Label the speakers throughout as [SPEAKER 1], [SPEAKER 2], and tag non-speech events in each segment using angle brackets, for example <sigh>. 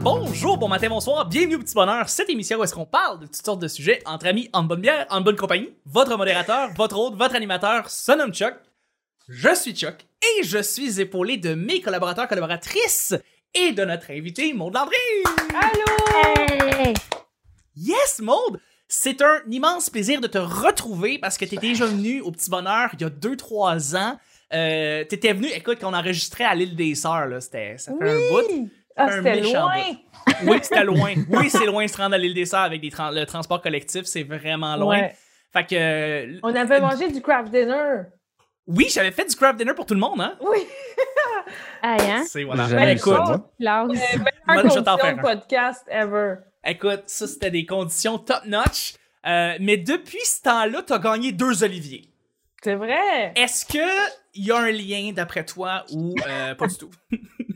[SPEAKER 1] bon matin, bonsoir, bienvenue au Petit Bonheur, cette émission où est-ce qu'on parle de toutes sortes de sujets entre amis, en bonne bière, en bonne compagnie. Votre modérateur, votre hôte, votre animateur, son nom Chuck. Je suis Chuck et je suis épaulé de mes collaborateurs, collaboratrices et de notre invité, Maud Landry. Yes, Maud! C'est un immense plaisir de te retrouver parce que tu étais déjà venu au Petit Bonheur il y a 2-3 ans. Euh, tu étais venu, écoute, quand on enregistrait à l'île des Sœurs, là, c'était, ça fait un bout.
[SPEAKER 2] Ah,
[SPEAKER 1] Un
[SPEAKER 2] c'était
[SPEAKER 1] méchant
[SPEAKER 2] loin!
[SPEAKER 1] Oui, c'était loin. Oui, c'est loin de se rendre à l'île des Sœurs avec des tran- le transport collectif, c'est vraiment loin.
[SPEAKER 2] Ouais.
[SPEAKER 1] Fait que. euh,
[SPEAKER 2] On avait mangé du craft dinner.
[SPEAKER 1] Oui, j'avais fait du craft dinner pour tout le monde, hein?
[SPEAKER 2] Oui!
[SPEAKER 3] Ah, hein?
[SPEAKER 1] C'est voilà.
[SPEAKER 4] Jamais
[SPEAKER 1] Ben, écoute,
[SPEAKER 4] ça, moi.
[SPEAKER 3] Lars.
[SPEAKER 1] Moi, je vais
[SPEAKER 2] Meilleure
[SPEAKER 1] t'en
[SPEAKER 2] condition
[SPEAKER 1] faire un.
[SPEAKER 2] de podcast ever.
[SPEAKER 1] écoute, ça c'était des conditions top notch. Euh, mais depuis ce temps-là, t'as gagné deux oliviers.
[SPEAKER 2] C'est vrai!
[SPEAKER 1] Est-ce que il y a un lien d'après toi ou euh, pas du tout?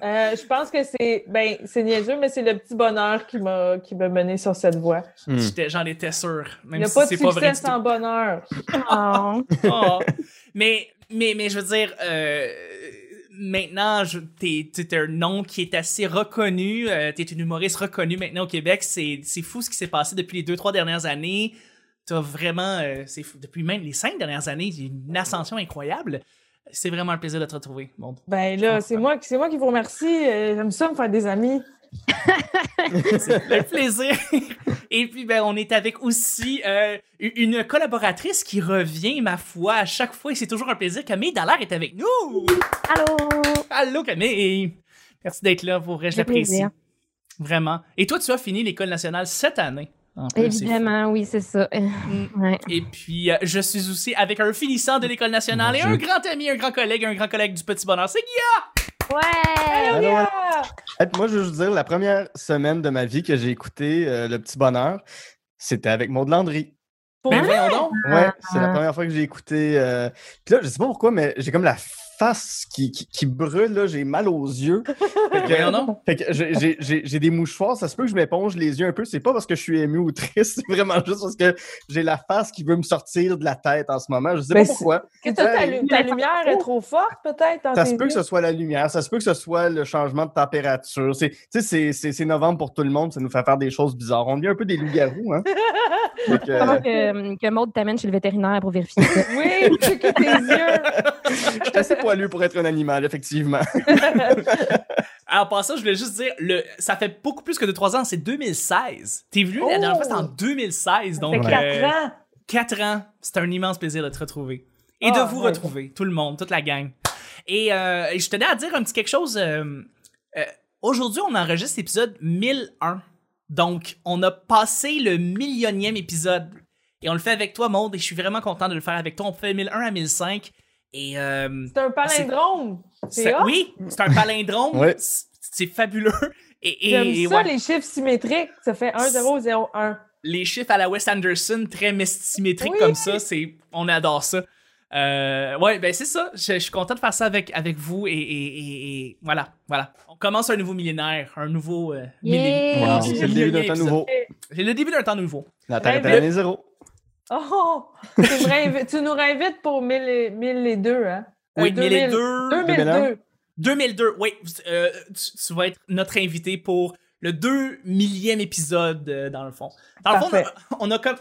[SPEAKER 2] Euh, je pense que c'est... Ben, c'est niaiseux, mais c'est le petit bonheur qui m'a qui m'a mené sur cette voie.
[SPEAKER 4] Hmm.
[SPEAKER 1] J'étais- J'en étais sûr,
[SPEAKER 2] Il
[SPEAKER 1] même
[SPEAKER 2] n'y a
[SPEAKER 1] si
[SPEAKER 2] pas de
[SPEAKER 1] c'est pas vrai.
[SPEAKER 2] succès
[SPEAKER 1] du tout.
[SPEAKER 2] sans bonheur.
[SPEAKER 3] Oh.
[SPEAKER 1] Ah. mais, mais, mais je veux dire, euh, maintenant, je- t'es t'es un nom qui est assez reconnu. euh, t'es une humoriste reconnue maintenant au Québec. C'est c'est fou ce qui s'est passé depuis les deux, trois dernières années. T'as vraiment, euh, c'est fou. depuis même les cinq dernières années, il y a une ascension incroyable. C'est vraiment un plaisir de te retrouver, Maud.
[SPEAKER 2] Ben là, c'est moi, qui- c'est moi qui vous remercie. Euh, J'aime ça me faire des amis.
[SPEAKER 1] Le plaisir. Et puis, ben, on est avec aussi euh, une collaboratrice qui revient, ma foi, à chaque fois. Et c'est toujours un plaisir. Camille Dallaire est avec nous.
[SPEAKER 3] Allô?
[SPEAKER 1] Allô Camille! Merci d'être là, pour vrai, je
[SPEAKER 3] Le
[SPEAKER 1] l'apprécie.
[SPEAKER 3] plaisir.
[SPEAKER 1] Vraiment. Et toi, tu as fini l'école nationale cette année. en plus, c'est
[SPEAKER 3] Évidemment, oui, c'est ça. Euh,
[SPEAKER 1] Mm.
[SPEAKER 3] ouais.
[SPEAKER 1] fou. Et puis, euh, je suis aussi avec un finissant de l'école nationale
[SPEAKER 4] Mon
[SPEAKER 1] et
[SPEAKER 4] Dieu.
[SPEAKER 1] un grand ami, un grand collègue, un grand collègue du petit bonheur. C'est Guy! Ben,
[SPEAKER 3] Ouais!
[SPEAKER 4] Allô?
[SPEAKER 2] Yeah!
[SPEAKER 4] Hey, puis Moi, je veux juste dire, la première semaine de ma vie que j'ai écouté euh, Le Petit Bonheur, c'était avec Maud Landry.
[SPEAKER 2] Pour
[SPEAKER 1] Ben
[SPEAKER 2] vrai?
[SPEAKER 1] voyons donc!
[SPEAKER 4] Ouais, c'est la
[SPEAKER 3] Ah.
[SPEAKER 4] première fois que j'ai écouté. euh, Puis là, je sais pas pourquoi, mais j'ai comme la face qui, qui, qui brûle, là, j'ai mal aux yeux. Fait que,
[SPEAKER 1] Voyons donc!
[SPEAKER 4] fait que j'ai- j'ai- j'ai j'ai des mouchoirs, ça se peut que je m'éponge les yeux un peu. C'est pas parce que je suis ému ou triste, <laughs> c'est vraiment juste parce que j'ai la face qui veut me sortir de la tête en ce moment. Je sais
[SPEAKER 2] Ben,
[SPEAKER 4] pas pourquoi.
[SPEAKER 2] Que t'as- ta, lu- ta lumière est trop forte, peut-être? dans
[SPEAKER 4] Ça
[SPEAKER 2] tes
[SPEAKER 4] se peut que
[SPEAKER 2] yeux?
[SPEAKER 4] ce soit la lumière, ça se peut que ce soit le changement de température. C'est- Tu sais, c'est- c'est c'est novembre pour tout le monde, ça nous fait faire des choses bizarres. On devient un peu des loups-garous, hein? euh, Fait que,
[SPEAKER 3] Comment que, que Maud t'amène chez le vétérinaire pour vérifier ça?
[SPEAKER 2] Oui, c'est que
[SPEAKER 1] <laughs>
[SPEAKER 2] tes
[SPEAKER 4] je suis assez poilu pour être un animal, effectivement.
[SPEAKER 2] yeux.
[SPEAKER 1] Alors, Ah, passant, je voulais juste dire, le, ça fait beaucoup plus que 2-3 ans, c'est 2016. T'es venu la dernière fois, c'était en 2016,
[SPEAKER 2] Fait
[SPEAKER 1] donc euh,
[SPEAKER 2] quatre
[SPEAKER 1] 4 ans.
[SPEAKER 2] ans.
[SPEAKER 1] C'est un immense plaisir de te retrouver. Et
[SPEAKER 2] Ah,
[SPEAKER 1] de vous
[SPEAKER 2] ouais.
[SPEAKER 1] retrouver, tout le monde, toute la gang. Et euh, je tenais à dire un petit quelque chose. euh, euh, Aujourd'hui, on enregistre l'épisode 1001. Donc, on a passé le millionième épisode. Et on le fait avec toi, Monde, et je suis vraiment content de le faire avec toi. On fait 1001 à 1005. Et euh,
[SPEAKER 2] C'est un palindrome. C'est
[SPEAKER 1] ça-
[SPEAKER 2] hot.
[SPEAKER 1] oui, c'est un palindrome.
[SPEAKER 4] Ouais.
[SPEAKER 1] C'est- C'est fabuleux. Et, et- et
[SPEAKER 2] J'aime ça,
[SPEAKER 1] ouais.
[SPEAKER 2] les chiffres symétriques. Ça fait 1, 0, 0, 1.
[SPEAKER 1] les chiffres à la Wes Anderson, très mé- symétriques
[SPEAKER 2] Oui.
[SPEAKER 1] comme ça, c'est on adore ça. Euh, ouais, ben c'est ça. Je, je suis content de faire ça avec, avec vous et, et- et- et voilà, voilà. On commence un nouveau millénaire, un nouveau euh, millé-
[SPEAKER 3] Yeah!
[SPEAKER 1] Wow.
[SPEAKER 4] C'est le début d'un temps nouveau.
[SPEAKER 1] C'est le début d'un temps nouveau.
[SPEAKER 4] La Terre est à l'année zéro.
[SPEAKER 2] Oh! Tu, me réinvi- tu nous réinvites pour 1000 et, 1002, hein? Euh,
[SPEAKER 1] Oui,
[SPEAKER 2] 2000
[SPEAKER 1] 2002,
[SPEAKER 2] 2002.
[SPEAKER 1] 2002. Oui, euh, tu, tu vas être notre invité pour le 2 millième épisode euh, dans le fond. Dans le fond, on a-
[SPEAKER 2] Parfait.
[SPEAKER 1] on a comme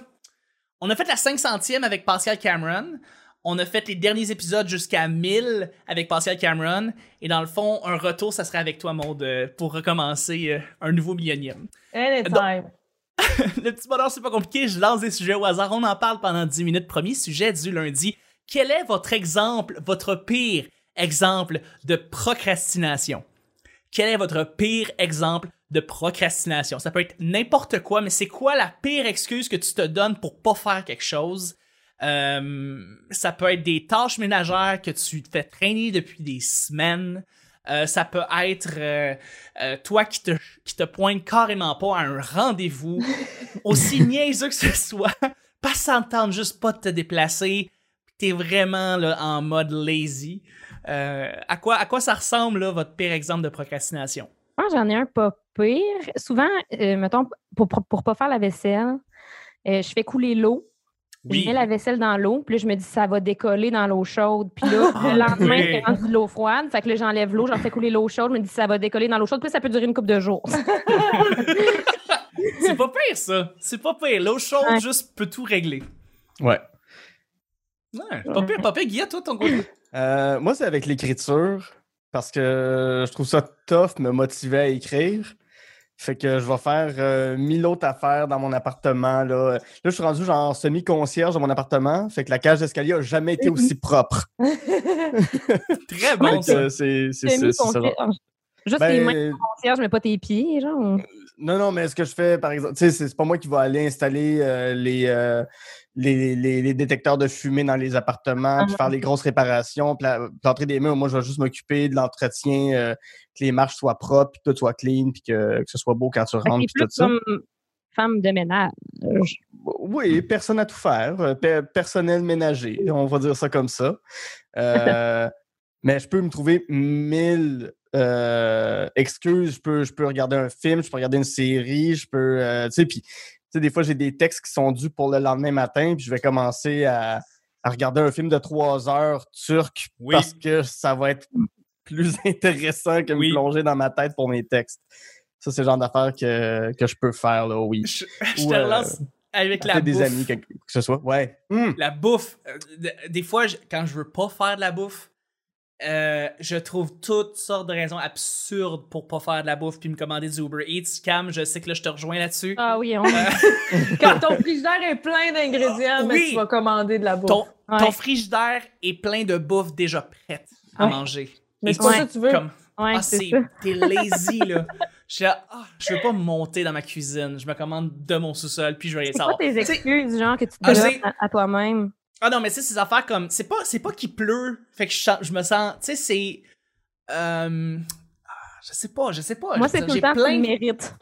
[SPEAKER 1] on a fait la 500e avec Pascal Cameron. On a fait les derniers épisodes jusqu'à 1000 avec Pascal Cameron. Et dans le fond, un retour, ça serait avec toi, Maud, euh, pour recommencer euh, un nouveau millionième.
[SPEAKER 2] Anytime.
[SPEAKER 1] <laughs> Le petit bonheur, c'est pas compliqué. Je lance des sujets au hasard. On en parle pendant 10 minutes. Premier sujet du lundi. Quel est votre exemple, votre pire exemple de procrastination? Quel est votre pire exemple de procrastination? Ça peut être n'importe quoi, mais c'est quoi la pire excuse que tu te donnes pour pas faire quelque chose? Euh, ça peut être des tâches ménagères que tu te fais traîner depuis des semaines. Euh, ça peut être euh, euh, toi qui te, qui te pointe carrément pas à un rendez-vous, aussi niaiseux que ce soit, <laughs> passant le temps de juste pas de te déplacer, pis t'es vraiment là, en mode lazy. Euh, à, quoi, à quoi ça ressemble, là, votre pire exemple de procrastination?
[SPEAKER 3] Moi, j'en ai un pas pire. Souvent, euh, mettons, pour, pour, pour pas faire la vaisselle, euh, je fais couler l'eau
[SPEAKER 1] Oui.
[SPEAKER 3] Je mets la vaisselle dans l'eau, puis là, je me dis ça va décoller dans l'eau chaude. Puis là,
[SPEAKER 1] Ah,
[SPEAKER 3] le lendemain,
[SPEAKER 1] oui.
[SPEAKER 3] c'est rendu de l'eau froide. Fait que là, j'enlève l'eau, j'en fais couler l'eau chaude, je me dis ça va décoller dans l'eau chaude, puis ça peut durer une couple de jours.
[SPEAKER 1] C'est pas pire, ça. C'est pas pire. L'eau chaude,
[SPEAKER 3] Ouais.
[SPEAKER 1] juste, peut tout régler.
[SPEAKER 4] Ouais.
[SPEAKER 1] Ouais, pas pire, pas pire. Guilla, toi, ton côté.
[SPEAKER 4] Euh, moi, c'est avec l'écriture parce que je trouve ça tough me motiver à écrire. Fait que je vais faire euh, mille autres affaires dans mon appartement. Là, là je suis rendu genre semi-concierge dans mon appartement. Fait que la cage d'escalier a jamais été aussi propre.
[SPEAKER 1] Très bon,
[SPEAKER 4] Fait que,
[SPEAKER 1] ça.
[SPEAKER 4] euh,
[SPEAKER 3] <laughs>
[SPEAKER 4] c'est c'est-
[SPEAKER 3] T'as
[SPEAKER 4] c'est-
[SPEAKER 3] mis
[SPEAKER 4] c'est ça.
[SPEAKER 3] concierge. Juste les mains
[SPEAKER 4] Ben,
[SPEAKER 3] concierge, mais pas tes pieds, genre.
[SPEAKER 4] non, non, mais ce que je fais, par exemple, tu sais, c'est c'est pas moi qui vais aller installer euh, les, euh, les, les- les détecteurs de fumée dans les appartements, puis
[SPEAKER 3] Ah.
[SPEAKER 4] faire les grosses réparations, puis la- plâtrer des murs. Moi, je vais juste m'occuper de l'entretien, euh, que les marches soient propres, puis que tout soit clean, puis que, que ce soit beau quand tu
[SPEAKER 3] Fait que
[SPEAKER 4] rentres,
[SPEAKER 3] t'es
[SPEAKER 4] puis tout
[SPEAKER 3] plus
[SPEAKER 4] ça.
[SPEAKER 3] comme femme de ménage.
[SPEAKER 4] Oui, personne à tout faire, euh, pe- personnel ménager, on va dire ça comme ça. Euh, mais je peux me trouver mille euh, excuses. Je peux, je peux regarder un film, je peux regarder une série, je peux. euh, tu sais, puis, tu sais, des fois, j'ai des textes qui sont dus pour le lendemain matin, puis je vais commencer à, à regarder un film de trois heures turc
[SPEAKER 1] Oui.
[SPEAKER 4] parce que ça va être plus <laughs> intéressant que
[SPEAKER 1] Oui.
[SPEAKER 4] me plonger dans ma tête pour mes textes. Ça, c'est le genre d'affaires que, que je peux faire, là, oui.
[SPEAKER 1] Je, <laughs> je
[SPEAKER 4] Ou,
[SPEAKER 1] te
[SPEAKER 4] euh,
[SPEAKER 1] relance avec la
[SPEAKER 4] Appeler
[SPEAKER 1] bouffe.
[SPEAKER 4] des amis, quelque- que, ce soit. Ouais. Hmm.
[SPEAKER 1] La bouffe. euh, de- Des fois, je- quand je veux pas faire de la bouffe, euh, je trouve toutes sortes de raisons absurdes pour pas faire de la bouffe puis me commander du Uber Eats. Cam, je sais que là, je te rejoins là-dessus.
[SPEAKER 3] Ah oui, on.
[SPEAKER 2] Quand ton frigidaire est plein d'ingrédients,
[SPEAKER 1] Ah,
[SPEAKER 2] mais
[SPEAKER 1] oui.
[SPEAKER 2] tu vas commander de la bouffe.
[SPEAKER 1] Ton,
[SPEAKER 3] Ouais.
[SPEAKER 1] ton frigidaire est plein de bouffe déjà prête à
[SPEAKER 2] Ouais.
[SPEAKER 1] manger.
[SPEAKER 2] Mais
[SPEAKER 1] Et
[SPEAKER 2] c'est pas
[SPEAKER 1] tu-
[SPEAKER 2] ça que tu veux.
[SPEAKER 1] comme-
[SPEAKER 3] Ouais,
[SPEAKER 1] ah,
[SPEAKER 3] c'est
[SPEAKER 1] c'est,
[SPEAKER 3] ça.
[SPEAKER 1] t'es lazy, là. Je suis là, ah, je veux pas monter dans ma cuisine. Je me commande de mon sous-sol, puis je vais aller
[SPEAKER 3] C'est
[SPEAKER 1] savoir.
[SPEAKER 3] quoi tes
[SPEAKER 1] Tu sais,
[SPEAKER 3] excuses, genre, que tu te
[SPEAKER 1] Ah,
[SPEAKER 3] donnes
[SPEAKER 1] c'est-
[SPEAKER 3] à, à toi-même?
[SPEAKER 1] Ah non, mais c'est ces affaires comme. C'est pas, c'est pas qu'il pleut, fait que je, sens- je me sens. Tu sais, c'est. euh, ah, je sais pas, je sais pas.
[SPEAKER 3] Moi,
[SPEAKER 1] Je veux
[SPEAKER 3] c'est
[SPEAKER 1] dire,
[SPEAKER 3] tout le
[SPEAKER 1] j'ai
[SPEAKER 3] temps
[SPEAKER 1] plein.
[SPEAKER 3] plein... mérite.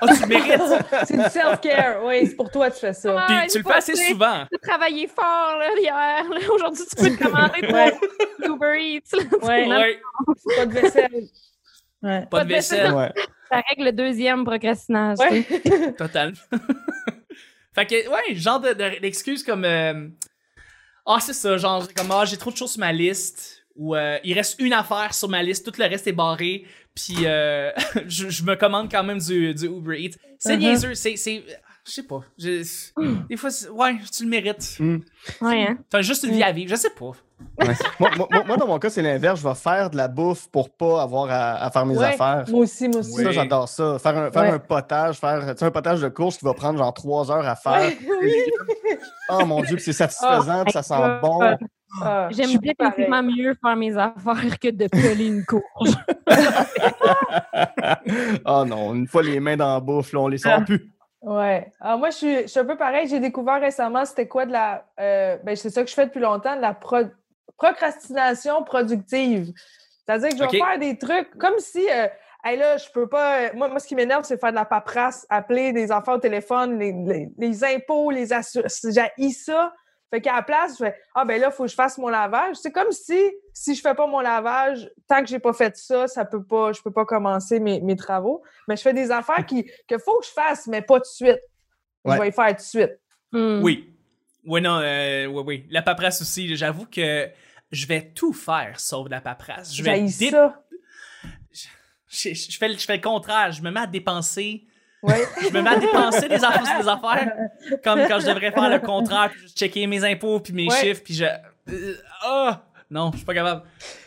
[SPEAKER 1] Ah, tu mérites.
[SPEAKER 2] C'est du self-care. Oui, c'est pour toi que tu fais ça.
[SPEAKER 1] Puis
[SPEAKER 3] <laughs> Ah,
[SPEAKER 1] tu le
[SPEAKER 3] j'ai
[SPEAKER 1] fais assez
[SPEAKER 3] pensé. <laughs>
[SPEAKER 1] souvent.
[SPEAKER 3] <laughs> Tu as travaillé fort, là, hier. là. Aujourd'hui, tu peux te commander
[SPEAKER 2] Ouais.
[SPEAKER 3] ton Uber Eats. là. Tu
[SPEAKER 2] Ouais.
[SPEAKER 3] commandes-
[SPEAKER 1] Ouais,
[SPEAKER 2] C'est pas de vaisselle. Ouais.
[SPEAKER 1] pas de vaisselle,
[SPEAKER 4] Ouais.
[SPEAKER 3] Ça règle le deuxième procrastinage. tu sais.
[SPEAKER 2] Ouais.
[SPEAKER 1] total. <laughs> fait que, ouais, genre de- de- d'excuses comme. euh, Ah, c'est ça, genre, comme, ah, j'ai trop de choses sur ma liste. Ou euh, il reste une affaire sur ma liste, tout le reste est barré. Puis euh, <laughs> je, je me commande quand même du, du Uber Eats. C'est
[SPEAKER 2] Mhm.
[SPEAKER 1] niaiseux, c'est. c'est- Je sais pas.
[SPEAKER 2] Hmm.
[SPEAKER 1] je- Des fois, c'est- ouais, tu le mérites.
[SPEAKER 3] Ouais, hein.
[SPEAKER 1] T'as juste une vie à vivre, je sais pas.
[SPEAKER 4] Ouais. moi, moi- moi- moi, dans mon cas, c'est l'inverse. Je vais faire de la bouffe pour pas avoir à, à faire mes
[SPEAKER 2] Ouais.
[SPEAKER 4] affaires.
[SPEAKER 2] Moi aussi, moi aussi.
[SPEAKER 1] Oui.
[SPEAKER 4] Ça, j'adore ça. Faire un, faire
[SPEAKER 2] Ouais.
[SPEAKER 4] un potage, faire tu sais, un potage de course qui va prendre genre trois heures à faire.
[SPEAKER 2] Ouais, oui.
[SPEAKER 4] Oh mon Dieu, puis c'est satisfaisant, puis ça sent
[SPEAKER 3] God.
[SPEAKER 4] bon. <laughs>
[SPEAKER 2] Ah, je
[SPEAKER 3] J'aime
[SPEAKER 2] suis pareil.
[SPEAKER 3] définitivement mieux faire mes affaires que de coller une courge.
[SPEAKER 4] oh non, une fois les mains dans la bouffe, là, on les sort plus.
[SPEAKER 2] Ouais. Alors moi, je suis, je suis un peu pareil. J'ai découvert récemment c'était quoi de la. euh, ben, c'est ça que je fais depuis longtemps, de la pro- procrastination productive. C'est-à-dire que je vais
[SPEAKER 1] Ok.
[SPEAKER 2] faire des trucs comme si. euh, Hey, là, je peux pas. euh, Moi, moi, ce qui m'énerve, c'est faire de la paperasse, appeler des enfants au téléphone, les, les- les impôts, les assurances. J'ai ça. Fait qu'à la place, je fais Ah, ben là, il faut que je fasse mon lavage. C'est comme si, si je fais pas mon lavage, tant que j'ai pas fait ça, ça peut pas, je peux pas commencer mes, mes travaux. Mais je fais des affaires qui, que faut que je fasse, mais pas tout de suite.
[SPEAKER 4] Ouais.
[SPEAKER 2] Je vais les faire tout de suite.
[SPEAKER 3] Hmm.
[SPEAKER 1] Oui. Oui, non, euh, oui, oui. La paperasse aussi, j'avoue que je vais tout faire sauf de la paperasse. Je vais
[SPEAKER 2] J'haïs
[SPEAKER 1] dé-
[SPEAKER 2] ça.
[SPEAKER 1] je, je- je fais le, je fais le contraire. Je me mets à dépenser. <laughs>
[SPEAKER 2] Ouais.
[SPEAKER 1] Je me mets à dépenser des affaires sur des affaires. Comme quand je devrais faire le contraire, puis juste checker mes impôts, puis mes
[SPEAKER 2] Ouais.
[SPEAKER 1] chiffres, puis je. euh, Ah! non, je suis pas capable.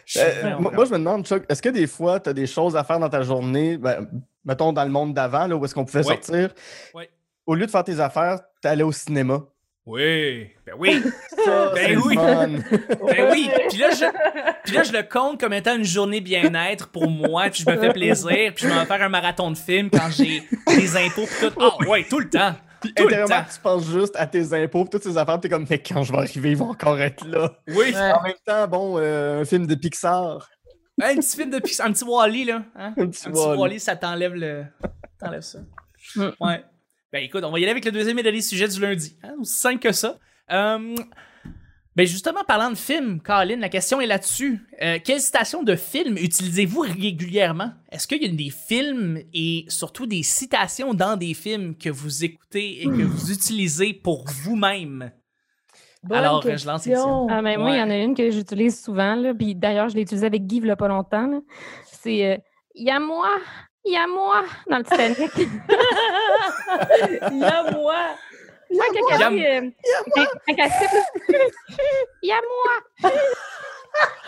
[SPEAKER 1] Je-
[SPEAKER 4] Euh,
[SPEAKER 1] non,
[SPEAKER 4] moi,
[SPEAKER 1] non.
[SPEAKER 4] moi, je me demande, Chuck, est-ce que des fois, tu as des choses à faire dans ta journée, ben, mettons dans le monde d'avant, là, où est-ce qu'on pouvait
[SPEAKER 1] Ouais.
[SPEAKER 4] sortir?
[SPEAKER 1] Ouais.
[SPEAKER 4] Au lieu de faire tes affaires, t'allais au cinéma.
[SPEAKER 1] Oui, ben oui,
[SPEAKER 4] Ça,
[SPEAKER 1] Ben
[SPEAKER 4] c'est le
[SPEAKER 1] oui. <laughs>
[SPEAKER 4] fun.
[SPEAKER 1] ben oui. Puis là, je, puis là, je le compte comme étant une journée bien-être pour moi, puis je me fais plaisir, puis je m'en vais faire un marathon de film quand j'ai des impôts, puis tout. Ah, ouais, tout le temps.
[SPEAKER 4] Puis
[SPEAKER 1] Tout le
[SPEAKER 4] intérieurement,
[SPEAKER 1] temps.
[SPEAKER 4] tu penses juste à tes impôts, pis toutes ces affaires, t'es comme, mais quand je vais arriver, ils vont encore être là.
[SPEAKER 1] Oui.
[SPEAKER 2] Ouais.
[SPEAKER 4] En même temps, bon, euh, un film de Pixar. <laughs>
[SPEAKER 1] Hey, un petit film de Pixar, un petit Wally, là. hein?
[SPEAKER 4] Un petit
[SPEAKER 1] un
[SPEAKER 4] Wall-E.
[SPEAKER 1] petit Wally, ça t'enlève <laughs> le. T'enlève ça.
[SPEAKER 3] Mm.
[SPEAKER 1] Ouais. Ben écoute, on va y aller avec le deuxième et dernier sujet du lundi. Hein? Aussi simple que ça. Euh, Ben justement, parlant de film, Colin, la question est là-dessus. Euh, quelle citation de film utilisez-vous régulièrement? Est-ce qu'il y a des films et surtout des citations dans des films que vous écoutez et que vous utilisez pour vous-même?
[SPEAKER 2] Bonne
[SPEAKER 1] Alors, je
[SPEAKER 2] question.
[SPEAKER 1] lance Étienne.
[SPEAKER 3] Ah, ben, Moi, il y en a une que j'utilise souvent. Là. Puis d'ailleurs, je l'ai utilisée avec Guy il y a pas longtemps. là. C'est euh, Y'a moi, y'a moi dans le Titanic.
[SPEAKER 2] <laughs>
[SPEAKER 3] <laughs>
[SPEAKER 2] Il y a moi.
[SPEAKER 3] Ouais, quand
[SPEAKER 1] Y'a
[SPEAKER 3] elle dit, euh, quand- quand elle siffle, Y'a moi.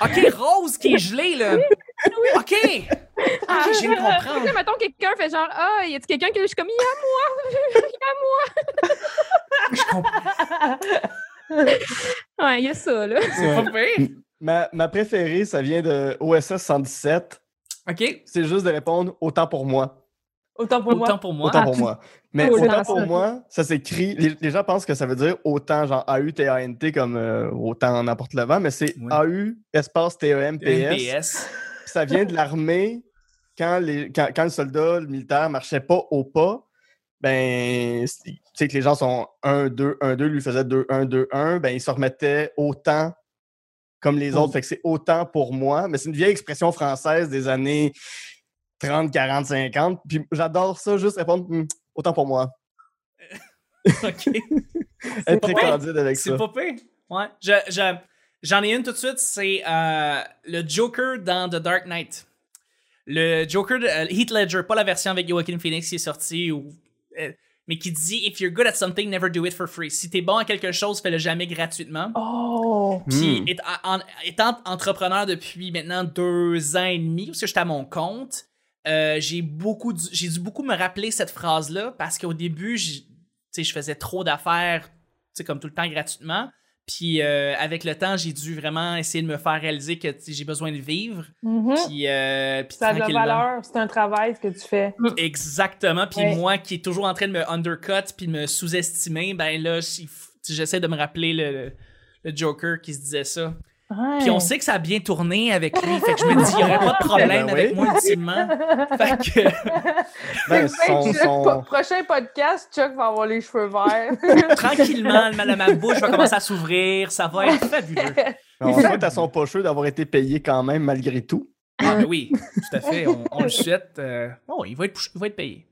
[SPEAKER 1] OK, Rose qui est gelée, là. OK.
[SPEAKER 3] Ah, <laughs>
[SPEAKER 1] OK, je viens de
[SPEAKER 3] Tu sais,
[SPEAKER 1] comprendre.
[SPEAKER 3] mettons, quelqu'un fait genre Ah, y a-tu quelqu'un que je suis comme Y'a moi <laughs> Y'a
[SPEAKER 1] Je comprends.
[SPEAKER 3] moi. Ouais, y a ça, là.
[SPEAKER 1] C'est pas pire.
[SPEAKER 4] Ma, ma préférée, ça vient de OSS 117.
[SPEAKER 1] OK.
[SPEAKER 4] C'est juste de répondre autant pour moi.
[SPEAKER 2] Autant pour
[SPEAKER 1] Autant
[SPEAKER 2] moi.
[SPEAKER 1] pour moi.
[SPEAKER 4] Autant
[SPEAKER 3] Ah,
[SPEAKER 4] pour
[SPEAKER 3] tu-
[SPEAKER 4] moi. Mais
[SPEAKER 2] Cool.
[SPEAKER 4] autant pour
[SPEAKER 3] Ça.
[SPEAKER 4] moi, ça s'écrit. Les, les gens pensent que ça veut dire autant, genre A-U-T-A-N-T comme euh, autant en n'importe le vent, mais c'est
[SPEAKER 1] Oui.
[SPEAKER 4] A-U espace E
[SPEAKER 1] E
[SPEAKER 4] T-E-M-P-S.
[SPEAKER 1] NPS.
[SPEAKER 4] Ça vient de l'armée. Quand, les, quand, quand le soldat, le militaire, marchait pas au pas, ben, c'est tu sais que les gens sont 1, 2, 1, 2, lui faisait 2, 1, 2, 1, ben, il se remettait autant comme les
[SPEAKER 1] Mm.
[SPEAKER 4] autres. Fait que c'est autant pour moi. Mais c'est une vieille expression française des années 30, 40, 50. Puis j'adore ça, juste répondre Hum, autant pour moi.
[SPEAKER 1] <laughs> OK.
[SPEAKER 4] Être très
[SPEAKER 1] pas pire.
[SPEAKER 4] candide avec ça.
[SPEAKER 1] C'est pas pire. Ouais. Je, je- j'en ai une tout de suite. C'est euh, le Joker dans The Dark Knight. Le Joker de euh, Heath Ledger, pas la version avec Joaquin Phoenix qui est sortie, ou, euh, mais qui dit If you're good at something, never do it for free. Si t'es bon à quelque chose, fais-le jamais gratuitement.
[SPEAKER 2] Oh.
[SPEAKER 1] Puis, <laughs>
[SPEAKER 4] Hmm.
[SPEAKER 1] est- en- étant entrepreneur depuis maintenant deux ans et demi, parce que j'étais à mon compte, euh, j'ai beaucoup dû, j'ai dû beaucoup me rappeler cette phrase-là parce qu'au début, j'- tu sais, je faisais trop d'affaires, tu sais, comme tout le temps gratuitement. Puis euh, avec le temps, j'ai dû vraiment essayer de me faire réaliser que tu sais, j'ai besoin de vivre.
[SPEAKER 2] Mhm.
[SPEAKER 1] Puis, euh, puis
[SPEAKER 2] Ça a de la
[SPEAKER 1] tranquillement.
[SPEAKER 2] valeur. C'est un travail ce que tu fais.
[SPEAKER 1] Exactement. Puis
[SPEAKER 2] Ouais.
[SPEAKER 1] moi, qui est toujours en train de me undercut puis de me sous-estimer, ben là, j- j'essaie de me rappeler le- le Joker qui se disait ça. Puis
[SPEAKER 2] Hein.
[SPEAKER 1] on sait que ça a bien tourné avec lui. Fait que je me dis, il n'y aurait <laughs> pas de problème
[SPEAKER 4] Ben oui.
[SPEAKER 1] avec moi ultimement. Fait <laughs> que,
[SPEAKER 4] Ben,
[SPEAKER 2] Hey,
[SPEAKER 4] son-
[SPEAKER 2] Chuck, po-
[SPEAKER 4] son-
[SPEAKER 2] Prochain podcast, Chuck va avoir les cheveux
[SPEAKER 1] <laughs>
[SPEAKER 2] verts.
[SPEAKER 1] tranquillement, ma, ma bouche va commencer à s'ouvrir. Ça va être fabuleux.
[SPEAKER 4] On souhaite à son pocheux d'avoir été payé quand même malgré tout. <laughs>
[SPEAKER 1] Ah, ben oui, tout à fait. On, on le souhaite. euh, Oh, il va être, pouch- il va être payé.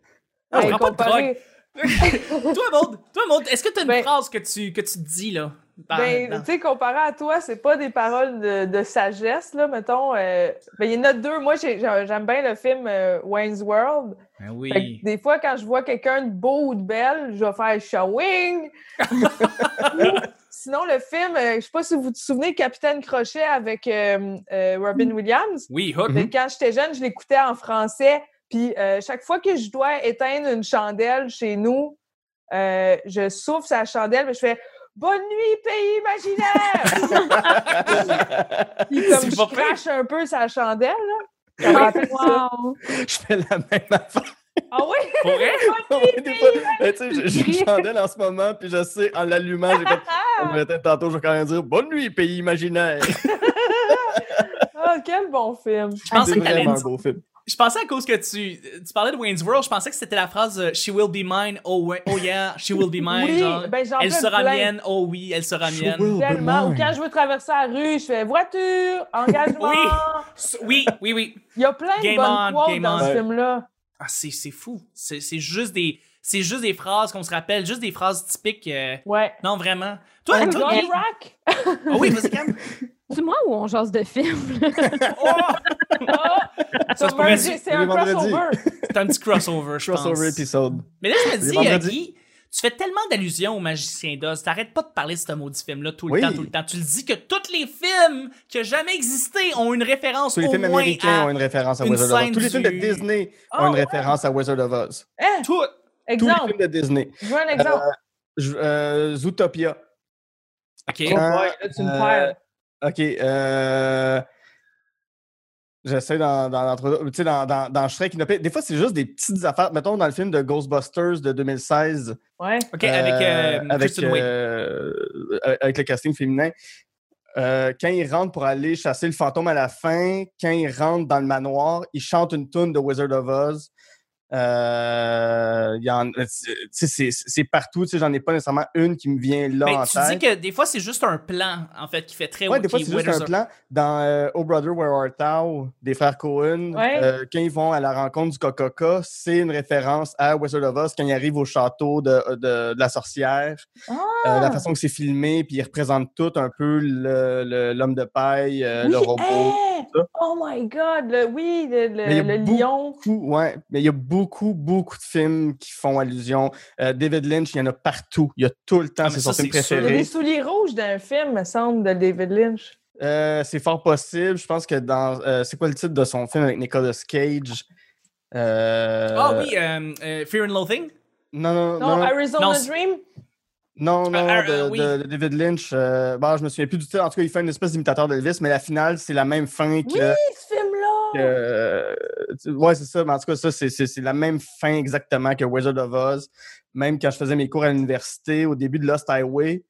[SPEAKER 1] Ah,
[SPEAKER 2] Hey,
[SPEAKER 1] je prends pas de drogue.
[SPEAKER 2] comparé-
[SPEAKER 1] toi, Maud, toi, Maud, est-ce que tu as une
[SPEAKER 2] Ben-
[SPEAKER 1] phrase que tu, que tu te dis, là? dans-
[SPEAKER 2] Ben,
[SPEAKER 1] dans-
[SPEAKER 2] tu sais, comparé à toi, c'est pas des paroles de, de sagesse, là, mettons. euh, ben, il y en a deux. Moi, j'ai- j'ai- j'aime bien le film euh, Wayne's World.
[SPEAKER 1] Ben
[SPEAKER 2] Fait
[SPEAKER 1] oui.
[SPEAKER 2] que des fois, quand je vois quelqu'un de beau ou de belle, je vais
[SPEAKER 1] <laughs>
[SPEAKER 2] faire showing. Ou, Sinon, le film, euh, je sais pas si vous vous souvenez, Capitaine Crochet avec euh, euh, Robin Williams.
[SPEAKER 1] Oui, Hook.
[SPEAKER 4] Mhm.
[SPEAKER 2] Mais quand j'étais jeune, je l'écoutais en français. Puis euh, chaque fois que je dois éteindre une chandelle chez nous, euh, je souffle sa chandelle, mais je fais Bonne nuit, pays imaginaire! Puis comme
[SPEAKER 1] C'est
[SPEAKER 2] je
[SPEAKER 1] pas pire.
[SPEAKER 2] crache un peu sa chandelle, là. Ça me
[SPEAKER 3] <laughs>
[SPEAKER 2] rappelle ça.
[SPEAKER 3] Wow.
[SPEAKER 4] Je fais la même affaire.
[SPEAKER 2] Ah oui?
[SPEAKER 1] Pour vrai?
[SPEAKER 4] <laughs> Ouais, des fois, ben, tu sais, j'ai- j'ai une chandelle en ce moment, puis je sais, en l'allumant, j'ai fait.
[SPEAKER 1] Ah!
[SPEAKER 4] Je vais peut-être tantôt, je vais quand même dire Bonne nuit, pays imaginaire.
[SPEAKER 2] Ah, quel bon film!
[SPEAKER 1] Je
[SPEAKER 4] <laughs>
[SPEAKER 1] pensais
[SPEAKER 4] C'est
[SPEAKER 1] que t'allais
[SPEAKER 4] vraiment un
[SPEAKER 1] dire-
[SPEAKER 4] beau film.
[SPEAKER 1] Je pensais à cause que tu, tu parlais de Wayne's World, je pensais que c'était la phrase euh, She will be mine, oh, ouais- oh yeah, she will be mine.
[SPEAKER 2] Oui,
[SPEAKER 1] genre,
[SPEAKER 2] ben, j'en
[SPEAKER 1] elle
[SPEAKER 2] fais
[SPEAKER 1] sera
[SPEAKER 2] plein.
[SPEAKER 1] mienne, oh oui, elle sera
[SPEAKER 4] She
[SPEAKER 1] mienne.
[SPEAKER 4] will be
[SPEAKER 2] Tellement. Ou
[SPEAKER 4] mine.
[SPEAKER 2] quand je veux traverser la rue, je fais voiture, engagement.
[SPEAKER 1] Oui. S- Oui, oui, oui.
[SPEAKER 2] Il y a plein
[SPEAKER 1] Game
[SPEAKER 2] de bonnes
[SPEAKER 1] on,
[SPEAKER 2] quotes
[SPEAKER 1] game
[SPEAKER 2] dans
[SPEAKER 1] on.
[SPEAKER 2] ce
[SPEAKER 4] Ouais.
[SPEAKER 2] film-là.
[SPEAKER 1] Ah, c'est c'est fou. C'est c'est juste des c'est juste des phrases qu'on se rappelle, juste des phrases typiques. euh,
[SPEAKER 2] Ouais.
[SPEAKER 1] Non, vraiment. Toi,
[SPEAKER 2] Johnny
[SPEAKER 4] Oh,
[SPEAKER 1] toi- <laughs>
[SPEAKER 2] Rock!
[SPEAKER 1] Ah oui, vas-y,
[SPEAKER 4] <laughs>
[SPEAKER 1] calme.
[SPEAKER 3] C'est moi ou on jase de film?
[SPEAKER 1] Oh!
[SPEAKER 2] Ah!
[SPEAKER 1] Ça se pourrait
[SPEAKER 2] Submergé,
[SPEAKER 1] être-
[SPEAKER 2] c'est un
[SPEAKER 4] les vendredis.
[SPEAKER 2] crossover!
[SPEAKER 1] C'est un petit crossover, je pense.
[SPEAKER 4] Crossover episode.
[SPEAKER 1] Mais là, je me
[SPEAKER 4] Les
[SPEAKER 1] dis, euh,
[SPEAKER 4] vendredis.
[SPEAKER 1] Guy, tu fais tellement d'allusions au Magicien d'Oz. T'arrêtes pas de parler de ce maudit film-là tout le
[SPEAKER 4] Oui.
[SPEAKER 1] temps, tout le temps. Tu le dis que tous les films qui ont jamais existé ont une référence
[SPEAKER 4] Tous les
[SPEAKER 1] au
[SPEAKER 4] films
[SPEAKER 1] moins
[SPEAKER 4] américains
[SPEAKER 1] à
[SPEAKER 4] ont une référence à
[SPEAKER 1] une
[SPEAKER 4] Wizard of Oz.
[SPEAKER 1] scène
[SPEAKER 4] Tous les films de
[SPEAKER 1] du-
[SPEAKER 4] Disney
[SPEAKER 2] Oh,
[SPEAKER 4] ont une référence à Wizard of Oz.
[SPEAKER 2] Hein?
[SPEAKER 1] tout.
[SPEAKER 4] Tous les
[SPEAKER 2] Exemple,
[SPEAKER 4] films Euh, de Disney.
[SPEAKER 2] je veux un exemple.
[SPEAKER 4] Je- euh, Zootopia.
[SPEAKER 1] OK.
[SPEAKER 2] Oh boy,
[SPEAKER 4] quand,
[SPEAKER 2] là, tu me
[SPEAKER 4] euh,
[SPEAKER 2] perds.
[SPEAKER 4] OK. Euh... J'essaie dans, dans, l'entre- tu sais, dans, dans, dans Shrek. il y en a- Des fois, c'est juste des petites affaires. Mettons dans le film de Ghostbusters de 2016.
[SPEAKER 2] Ouais.
[SPEAKER 1] OK, avec, euh,
[SPEAKER 4] avec,
[SPEAKER 1] Kristen Wiig.
[SPEAKER 4] euh, euh, avec le casting féminin. Euh, quand ils rentrent pour aller chasser le fantôme à la fin, quand ils rentrent dans le manoir, ils chantent une tune de Wizard of Oz. Euh, il y en- tu sais, c'est c'est partout. tu sais, J'en ai pas nécessairement une qui me vient là
[SPEAKER 1] Mais
[SPEAKER 4] en
[SPEAKER 1] Ben, tu
[SPEAKER 4] tête.
[SPEAKER 1] dis que des fois, c'est juste un plan, en fait, qui fait très
[SPEAKER 4] Ouais, des
[SPEAKER 1] qui
[SPEAKER 4] fois, c'est juste
[SPEAKER 1] Winners
[SPEAKER 4] un
[SPEAKER 1] of-
[SPEAKER 4] plan. Dans euh, Oh Brother, Where Art Thou, des frères Cohen,
[SPEAKER 2] Ouais.
[SPEAKER 4] euh, quand ils vont à la rencontre du Coca-Cola, c'est une référence à Wizard of Oz quand ils arrivent au château de, euh, de- de la sorcière. Euh,
[SPEAKER 1] Ah!
[SPEAKER 4] la façon que c'est filmé, puis ils représentent tout un peu le- le- l'homme de paille, euh, le
[SPEAKER 2] Oui,
[SPEAKER 4] robot.
[SPEAKER 1] hein!
[SPEAKER 2] hey!
[SPEAKER 4] tout ça.
[SPEAKER 2] Oh my God! le- oui, le, le-
[SPEAKER 4] Mais il y a
[SPEAKER 2] le
[SPEAKER 4] beaucoup-
[SPEAKER 2] lion.
[SPEAKER 4] Beaucoup, ouais, mais il y a beaucoup, beaucoup de films qui font allusion. Euh, David Lynch, il y en a partout. Il y a tout le temps,
[SPEAKER 1] Ah, mais
[SPEAKER 4] c'est
[SPEAKER 1] ça,
[SPEAKER 4] son film
[SPEAKER 1] c'est sûr.
[SPEAKER 2] Il y a des
[SPEAKER 4] préféré.
[SPEAKER 2] souliers rouges dans un film, me semble, de David Lynch.
[SPEAKER 4] Euh, c'est fort possible. Je pense que dans. euh, c'est quoi le titre de son film avec Nicolas Cage? Euh,
[SPEAKER 1] Ah oui, euh, euh, Fear and Loathing.
[SPEAKER 4] Non, non,
[SPEAKER 2] Non,
[SPEAKER 4] non.
[SPEAKER 2] Arizona
[SPEAKER 1] Non, c'est-
[SPEAKER 2] Dream?
[SPEAKER 4] Non, non,
[SPEAKER 1] Ah, ah,
[SPEAKER 4] de,
[SPEAKER 1] euh, oui.
[SPEAKER 4] de- de David Lynch. euh, bon, je me souviens plus du titre. En tout cas, il fait une espèce d'imitateur d'Elvis, mais la finale, c'est la même fin que.
[SPEAKER 2] Oui, ce film-là!
[SPEAKER 4] que, euh, tu- ouais, c'est ça. Mais en tout cas, ça, c'est- c'est c'est la même fin exactement que Wizard of Oz. Même quand je faisais mes cours à l'université, au début de Lost Highway,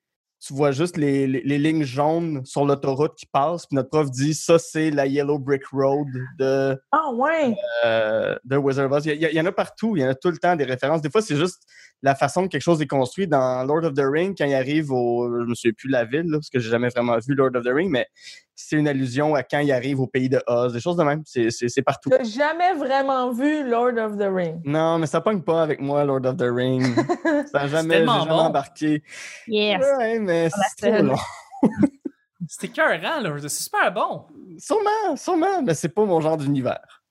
[SPEAKER 4] tu vois juste les, les- les lignes jaunes sur l'autoroute qui passent. Puis notre prof dit ça, c'est la Yellow Brick Road de,
[SPEAKER 2] Ah ouais!
[SPEAKER 4] euh, de Wizard of Oz. Il y, a- il y en a partout. Il y en a tout le temps des références. Des fois, c'est juste la façon que quelque chose est construit. Dans Lord of the Ring, quand il arrive au. Je me souviens plus de la ville, là, parce que j'ai jamais vraiment vu Lord of the Ring, mais c'est une allusion à quand il arrive au pays de Oz. Des choses de même. C'est- C'est c'est partout.
[SPEAKER 2] T'as jamais vraiment vu Lord of the Ring.
[SPEAKER 4] Non, mais ça pogne pas avec moi, Lord of the Ring. Ça n'a jamais, j'ai
[SPEAKER 1] tellement
[SPEAKER 4] jamais
[SPEAKER 1] bon.
[SPEAKER 4] embarqué.
[SPEAKER 3] <laughs> Yes.
[SPEAKER 4] Ouais, mais c'est trop
[SPEAKER 3] scène.
[SPEAKER 4] long.
[SPEAKER 1] C'était écœurant, là. C'est super bon.
[SPEAKER 4] Sûrement, sûrement, mais c'est pas mon genre d'univers.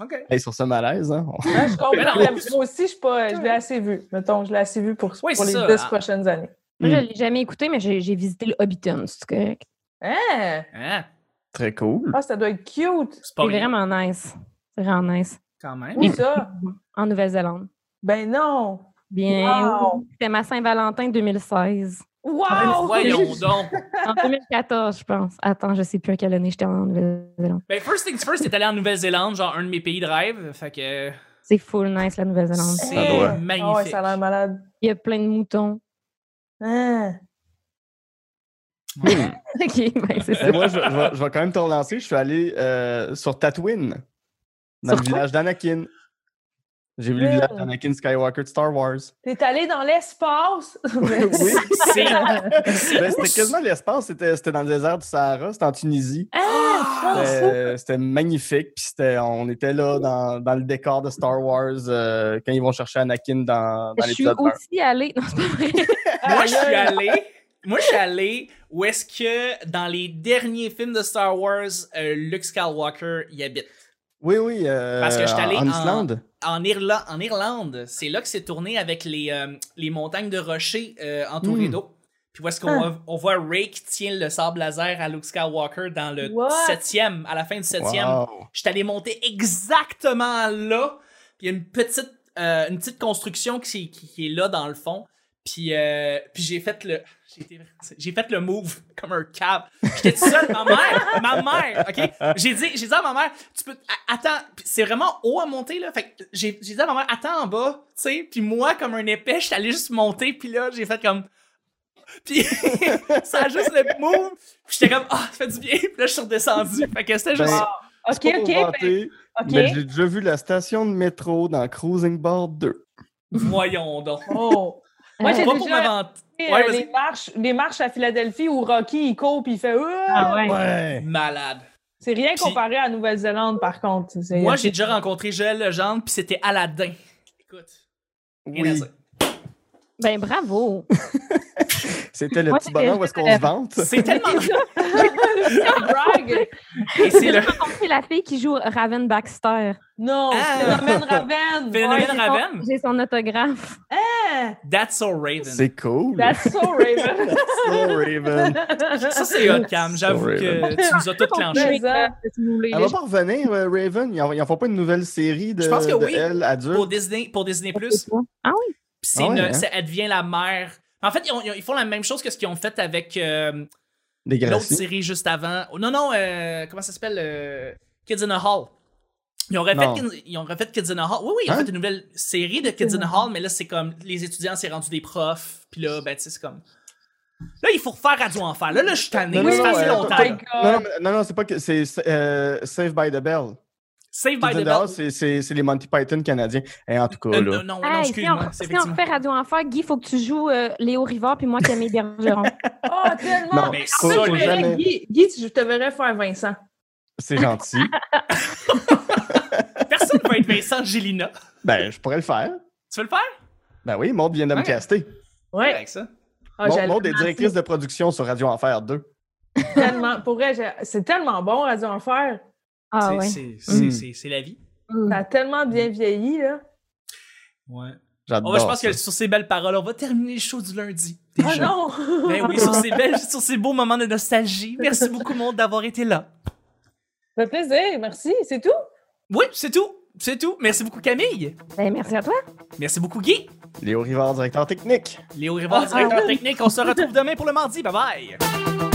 [SPEAKER 1] OK.
[SPEAKER 4] Hey, sur ce malaise, hein? on- <laughs>
[SPEAKER 2] Hein, je
[SPEAKER 1] Mais non,
[SPEAKER 2] comprends.
[SPEAKER 1] mais-
[SPEAKER 2] mais Moi aussi, je, suis pas, je l'ai assez vu. Mettons, je l'ai assez vu pour,
[SPEAKER 1] Oui,
[SPEAKER 2] pour
[SPEAKER 1] c'est
[SPEAKER 2] les
[SPEAKER 1] ça.
[SPEAKER 2] 10
[SPEAKER 1] Ah.
[SPEAKER 2] prochaines années.
[SPEAKER 3] Moi,
[SPEAKER 1] Hmm.
[SPEAKER 3] je
[SPEAKER 4] Mm.
[SPEAKER 3] ne l'ai jamais écouté, mais j'ai j'ai visité le Hobbiton, c'est correct.
[SPEAKER 2] Hein?
[SPEAKER 1] Hein?
[SPEAKER 4] Très cool.
[SPEAKER 2] Ah, ça doit être cute.
[SPEAKER 1] C'est
[SPEAKER 3] C'est
[SPEAKER 1] pas rien,
[SPEAKER 3] vraiment nice. C'est vraiment nice.
[SPEAKER 1] quand même.
[SPEAKER 2] Où ça?
[SPEAKER 3] En Nouvelle-Zélande.
[SPEAKER 2] Ben non!
[SPEAKER 3] Bien.
[SPEAKER 2] Wow.
[SPEAKER 3] oui. C'était ma Saint-Valentin 2016.
[SPEAKER 2] Wow!
[SPEAKER 1] Voyons donc.
[SPEAKER 3] En
[SPEAKER 2] <laughs>
[SPEAKER 3] 2014, je pense. Attends, je sais plus à quelle année j'étais en Nouvelle-Zélande.
[SPEAKER 1] Ben, first things first, t'es allé en Nouvelle-Zélande, genre un de mes pays de rêve. Fait que
[SPEAKER 3] C'est full nice, la Nouvelle-Zélande.
[SPEAKER 4] Ça doit.
[SPEAKER 1] c'est
[SPEAKER 4] Ah
[SPEAKER 2] Ah ouais,
[SPEAKER 1] magnifique.
[SPEAKER 2] ça a l'air malade.
[SPEAKER 3] Il y a plein de moutons. <laughs>
[SPEAKER 2] Hein?
[SPEAKER 1] Ouais.
[SPEAKER 3] OK, ben, c'est
[SPEAKER 1] Eh,
[SPEAKER 3] ça.
[SPEAKER 4] Et moi, je, je vais, je vais quand même te relancer. Je suis allé euh, sur Tatooine, dans
[SPEAKER 3] Sur
[SPEAKER 4] le village d'Anakin. J'ai vu le
[SPEAKER 2] Ouais.
[SPEAKER 4] village d'Anakin Skywalker de Star Wars.
[SPEAKER 2] T'es allé dans l'espace!
[SPEAKER 4] <laughs>
[SPEAKER 2] Hein?
[SPEAKER 4] oui,
[SPEAKER 2] <laughs>
[SPEAKER 1] C'est-
[SPEAKER 4] Ben, c'était quasiment l'espace. C'était c'était dans le désert du Sahara, c'était en Tunisie.
[SPEAKER 2] Ah,
[SPEAKER 4] Ben, C'était c'était magnifique. Puis c'était- on était là dans, dans le décor de Star Wars euh, quand ils vont chercher Anakin dans, dans
[SPEAKER 3] Je suis
[SPEAKER 4] l'épisode 1.
[SPEAKER 3] aussi allée. Non, c'est pas vrai.
[SPEAKER 1] Moi, je suis allé. Moi, je suis allé où est-ce que dans les derniers films de Star Wars, euh, Luke Skywalker y habite.
[SPEAKER 4] Oui, oui. euh,
[SPEAKER 1] Parce que j'étais allé
[SPEAKER 4] en,
[SPEAKER 1] en-
[SPEAKER 4] Islande.
[SPEAKER 1] En, Irla- en Irlande, c'est là que c'est tourné avec les, euh, les montagnes de rochers euh, entourées
[SPEAKER 4] Mm.
[SPEAKER 1] d'eau. Puis où est-ce qu'on
[SPEAKER 2] Ah.
[SPEAKER 1] voit, on voit Ray qui tient le sabre laser à Luke Skywalker dans le
[SPEAKER 2] What?
[SPEAKER 1] septième, à la fin du septième.
[SPEAKER 4] Wow.
[SPEAKER 1] Je suis allé monter exactement là. Puis il y a une petite, euh, une petite construction qui, qui- qui est là dans le fond. Puis, euh, puis j'ai fait le j'ai été- j'ai fait le move <laughs> comme un cave. J'étais tout seul, ma mère, ma mère, ok. J'ai dit, j'ai dit à ma mère, tu peux, a- attends, Puis c'est vraiment haut à monter là. Fait que j'ai, j'ai dit à ma mère, attends en bas, tu sais. Puis moi, comme un épais, j'étais allé juste monter. Puis là, j'ai fait comme, puis <laughs> ça a juste le move. Puis j'étais comme, ah, ça fait du bien. Puis là, je suis redescendu. Fait que c'était juste.
[SPEAKER 4] Ben,
[SPEAKER 2] Ok,
[SPEAKER 4] c'est pas
[SPEAKER 2] ok,
[SPEAKER 4] pour
[SPEAKER 2] ben,
[SPEAKER 4] vanter,
[SPEAKER 2] ok.
[SPEAKER 4] mais j'ai déjà vu la station de métro dans Cruising Board 2.
[SPEAKER 1] Voyons donc.
[SPEAKER 2] Oh. <laughs> Moi, j'ai
[SPEAKER 3] Euh,
[SPEAKER 1] Pas
[SPEAKER 2] déjà
[SPEAKER 1] pour m'avanter.
[SPEAKER 2] fait,
[SPEAKER 1] Ouais,
[SPEAKER 2] euh,
[SPEAKER 1] vas-y.
[SPEAKER 2] les, marches, les marches à Philadelphie où Rocky, il court puis il fait... Ouah!
[SPEAKER 3] Ah ouais.
[SPEAKER 4] Ouais.
[SPEAKER 1] Malade.
[SPEAKER 2] C'est rien
[SPEAKER 1] Puis-
[SPEAKER 2] comparé à la Nouvelle-Zélande, par contre. C'est-
[SPEAKER 4] euh,
[SPEAKER 1] Moi, j'ai déjà rencontré Joël Legendre, puis c'était Aladdin. Écoute, rien à
[SPEAKER 4] Oui.
[SPEAKER 1] dire.
[SPEAKER 3] Ben, bravo.
[SPEAKER 4] C'était le
[SPEAKER 3] Moi,
[SPEAKER 4] petit
[SPEAKER 3] c'était-
[SPEAKER 4] bonheur où est-ce qu'on
[SPEAKER 3] euh,
[SPEAKER 4] se vante.
[SPEAKER 1] c'est tellement.
[SPEAKER 2] Brag!
[SPEAKER 1] Et c'est le
[SPEAKER 3] C'est la fille qui joue Raven Baxter.
[SPEAKER 2] Non,
[SPEAKER 1] Ah.
[SPEAKER 2] Phénomène Raven!
[SPEAKER 1] phénomène
[SPEAKER 2] Ouais.
[SPEAKER 1] Raven.
[SPEAKER 3] J'ai son autographe.
[SPEAKER 2] Ah.
[SPEAKER 1] That's so Raven.
[SPEAKER 4] C'est cool.
[SPEAKER 2] That's so Raven!
[SPEAKER 4] So
[SPEAKER 2] <laughs>
[SPEAKER 4] Raven.
[SPEAKER 1] <laughs> Ça, c'est hot, Cam. J'avoue
[SPEAKER 4] So
[SPEAKER 1] que
[SPEAKER 4] Raven.
[SPEAKER 1] tu nous as tout clenché.
[SPEAKER 2] Mais ça- Ah,
[SPEAKER 4] Elle va pas revenir, euh, Raven. Ils en, ils en font pas une nouvelle série de,
[SPEAKER 1] Je pense que
[SPEAKER 4] de
[SPEAKER 1] oui.
[SPEAKER 4] elle adulte.
[SPEAKER 1] Pour Disney, pour Disney Plus,
[SPEAKER 3] Ah oui.
[SPEAKER 1] c'est
[SPEAKER 4] Ah ouais,
[SPEAKER 1] une-
[SPEAKER 4] hein?
[SPEAKER 1] ça- elle devient la mère. En fait, ils, ont- ils ont- ils font la même chose que ce qu'ils ont fait avec euh,
[SPEAKER 4] Des
[SPEAKER 1] l'autre
[SPEAKER 4] gracies.
[SPEAKER 1] série juste avant. Oh, non, non, euh, comment ça s'appelle euh, Kids in a Hall. Ils ont, refait
[SPEAKER 4] Non.
[SPEAKER 1] Kids, ils ont refait Kids in a Hall. Oui, oui, ils ont
[SPEAKER 4] Hein?
[SPEAKER 1] fait une nouvelle série de Kids in a Hall, mais là, c'est comme les étudiants, c'est rendu des profs. Puis là, ben, tu sais, c'est comme. Là, il faut refaire Radio Enfer. Là, là, je suis tanné.
[SPEAKER 4] Non,
[SPEAKER 1] Ça fait
[SPEAKER 4] non, non,
[SPEAKER 1] assez
[SPEAKER 4] euh,
[SPEAKER 1] longtemps.
[SPEAKER 2] Oh my
[SPEAKER 1] là.
[SPEAKER 2] God.
[SPEAKER 4] Non, non, mais- non, non, c'est pas que c'est euh, Save by the Bell.
[SPEAKER 1] Save by
[SPEAKER 4] Tout
[SPEAKER 1] the
[SPEAKER 4] dehors,
[SPEAKER 1] Bell.
[SPEAKER 4] c'est- C'est c'est les Monty Python canadiens. Et en tout cas,
[SPEAKER 1] Euh,
[SPEAKER 4] là.
[SPEAKER 1] non, non, non,
[SPEAKER 3] Hey, si
[SPEAKER 1] excuse-moi.
[SPEAKER 3] on,
[SPEAKER 1] c'est
[SPEAKER 3] si on
[SPEAKER 1] effectivement-
[SPEAKER 3] Ah, fait Radio Enfer, Guy, il faut que tu joues euh, Léo Rivard puis moi, Camille Bergeron.
[SPEAKER 1] <laughs>
[SPEAKER 2] Oh, tellement!
[SPEAKER 4] Non,
[SPEAKER 1] Mais
[SPEAKER 2] En fait,
[SPEAKER 1] ça,
[SPEAKER 2] je
[SPEAKER 1] les-
[SPEAKER 2] verrais Guy, Guy, tu- je te verrais faire Vincent.
[SPEAKER 1] <laughs>
[SPEAKER 4] C'est gentil.
[SPEAKER 1] Personne ne peut être Vincent Gélina.
[SPEAKER 4] ben, je pourrais le faire.
[SPEAKER 1] Tu veux le faire?
[SPEAKER 4] Ben oui, Maud vient de me
[SPEAKER 1] Ouais.
[SPEAKER 4] caster.
[SPEAKER 2] Ouais.
[SPEAKER 1] Avec ça.
[SPEAKER 2] Ah,
[SPEAKER 4] Maud,
[SPEAKER 2] j'allais
[SPEAKER 4] Maud est
[SPEAKER 2] penser
[SPEAKER 4] directrice de production sur Radio Enfer 2.
[SPEAKER 2] tellement- pour vrai, j'ai- c'est tellement bon, Radio Enfer.
[SPEAKER 3] Ah
[SPEAKER 1] C'est-
[SPEAKER 3] ouais.
[SPEAKER 1] c'est- c'est-
[SPEAKER 4] Mm.
[SPEAKER 1] c'est- C'est la vie.
[SPEAKER 2] Ça a tellement bien vieilli, là.
[SPEAKER 1] Oh, Ouais.
[SPEAKER 4] J'adore.
[SPEAKER 1] On va, je pense
[SPEAKER 4] ça.
[SPEAKER 1] que sur ces belles paroles, on va terminer le show du lundi.
[SPEAKER 2] Ah
[SPEAKER 1] Déjà.
[SPEAKER 2] non!
[SPEAKER 1] Ben
[SPEAKER 2] <laughs>
[SPEAKER 1] oui, sur ces belles, sur ces beaux moments de nostalgie. Merci beaucoup, monde, d'avoir été là.
[SPEAKER 2] Ça fait plaisir, merci, c'est tout.
[SPEAKER 1] Oui, c'est tout. C'est tout. Merci beaucoup, Camille.
[SPEAKER 3] Ben, merci à toi.
[SPEAKER 1] Merci beaucoup, Guy.
[SPEAKER 4] Léo Rivard, directeur technique.
[SPEAKER 1] Léo Rivard, directeur technique. On se retrouve demain pour le mardi. Bye bye.